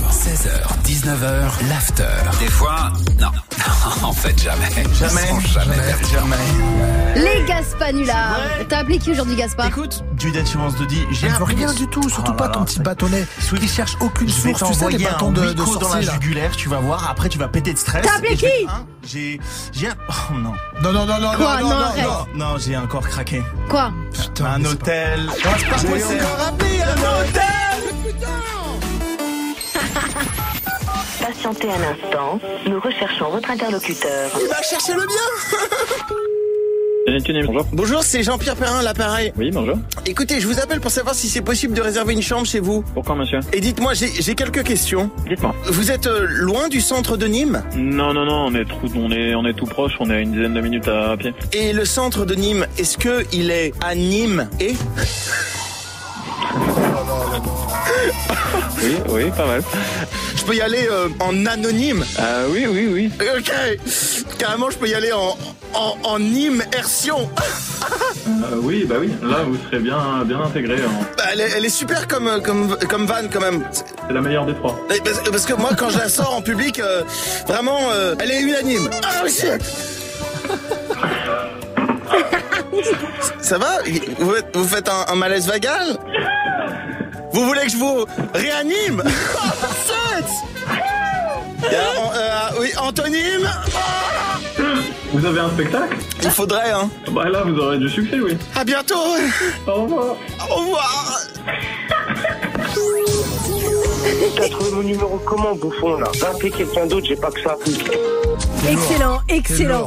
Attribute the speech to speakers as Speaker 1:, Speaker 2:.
Speaker 1: 16h, 19h, l'after.
Speaker 2: Des fois, non. en fait, jamais. Ils sont jamais, perdus.
Speaker 3: Les Gaspanulas T'as appelé qui aujourd'hui, Gaspard
Speaker 4: Écoute, du d'assurance de dit, j'ai
Speaker 1: Je
Speaker 4: un
Speaker 1: veux rien du tout, surtout
Speaker 4: Oh
Speaker 1: pas
Speaker 4: là
Speaker 1: ton
Speaker 4: là,
Speaker 1: petit
Speaker 4: ça-
Speaker 1: bâtonnet.
Speaker 4: Sweet.
Speaker 1: Il cherche aucune
Speaker 4: Je vais
Speaker 1: source, tu sais, les
Speaker 4: t'envoyer
Speaker 1: bâtons
Speaker 4: un
Speaker 1: de, de
Speaker 4: micro dans la
Speaker 1: sorcier, là.
Speaker 4: jugulaire, tu vas voir. Après, tu vas péter de stress.
Speaker 3: T'as appelé
Speaker 4: Et je vais-
Speaker 3: qui
Speaker 4: Hein J'ai, j'ai un, oh, non,
Speaker 1: Non, non, non, non,
Speaker 3: Quoi,
Speaker 1: non,
Speaker 3: non,
Speaker 1: non,
Speaker 3: arrête.
Speaker 1: non.
Speaker 4: non, j'ai encore craqué.
Speaker 3: Quoi
Speaker 1: Putain,
Speaker 4: un
Speaker 1: mais c'est
Speaker 4: hôtel.
Speaker 1: pas
Speaker 4: J'ai
Speaker 1: possible.
Speaker 4: encore appelé un hôtel.
Speaker 5: Patientez un instant, nous recherchons votre interlocuteur.
Speaker 4: Il va chercher le bien.
Speaker 6: Tenez, tenez, bonjour.
Speaker 4: Bonjour, c'est Jean-Pierre Perrin, l'appareil.
Speaker 6: Oui, bonjour.
Speaker 4: Écoutez, je vous appelle pour savoir si c'est possible de réserver une chambre chez vous.
Speaker 6: Pourquoi, monsieur
Speaker 4: Et dites-moi, j'ai, j'ai quelques questions.
Speaker 6: Dites-moi.
Speaker 4: Vous êtes euh, loin du centre de Nîmes
Speaker 6: Non, non, non, on est, tout, on, est, on est tout proche, on est à une dizaine de minutes à pied.
Speaker 4: Et le centre de Nîmes, est-ce que il est à Nîmes et
Speaker 6: Oui, oui, pas mal.
Speaker 4: Je peux y aller euh, en anonyme
Speaker 6: Euh, oui, oui, oui.
Speaker 4: Ok Carrément, je peux y aller en, en, en Ah, Nîmes Hersion
Speaker 6: Euh, oui, bah oui, là, vous serez bien, bien intégré. hein.
Speaker 4: Bah, elle, est, elle est super comme, euh, comme, comme van, quand même.
Speaker 6: C'est la meilleure des trois.
Speaker 4: Eh, Parce, parce que moi, quand je la sors en public, euh, vraiment, euh, elle est unanime. Ah, shit Ça va vous, êtes- vous faites un, un malaise vagal Vous voulez que je vous réanime Ah, shit Il y a, an- euh, Oui, antonyme
Speaker 6: Vous avez un spectacle
Speaker 4: Il faudrait, hein.
Speaker 6: Bah là, vous aurez du succès, oui.
Speaker 4: À bientôt
Speaker 6: Au revoir.
Speaker 4: Au revoir
Speaker 7: T'as trouvé mon numéro comment, bouffon, là Va appeler quelqu'un d'autre, j'ai pas que ça.
Speaker 3: Excellent, excellent.